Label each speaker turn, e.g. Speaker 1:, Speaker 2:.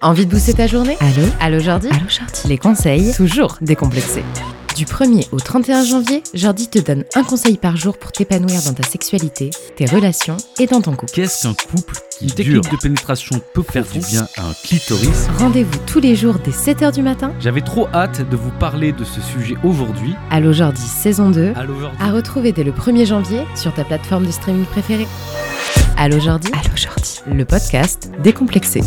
Speaker 1: Envie de booster ta journée
Speaker 2: Allô
Speaker 1: Allô Jordi
Speaker 2: Allô Jordi
Speaker 1: Les conseils
Speaker 2: Toujours décomplexé.
Speaker 1: du 1er au 31 janvier, Jordi te donne un conseil par jour pour t'épanouir dans ta sexualité, tes relations et dans ton couple.
Speaker 3: Qu'est-ce qu'un couple qui
Speaker 4: Une
Speaker 3: dure
Speaker 4: technique de pénétration peut
Speaker 3: Faire du bien à un clitoris
Speaker 1: Rendez-vous tous les jours dès 7h du matin.
Speaker 4: J'avais trop hâte de vous parler de ce sujet aujourd'hui.
Speaker 1: Allô Jordi saison 2
Speaker 4: À l'aujourd'hui.
Speaker 1: à retrouver dès le 1er janvier sur ta plateforme de streaming préférée. Allô Jordi
Speaker 2: Allô Jordi
Speaker 1: le podcast décomplexé.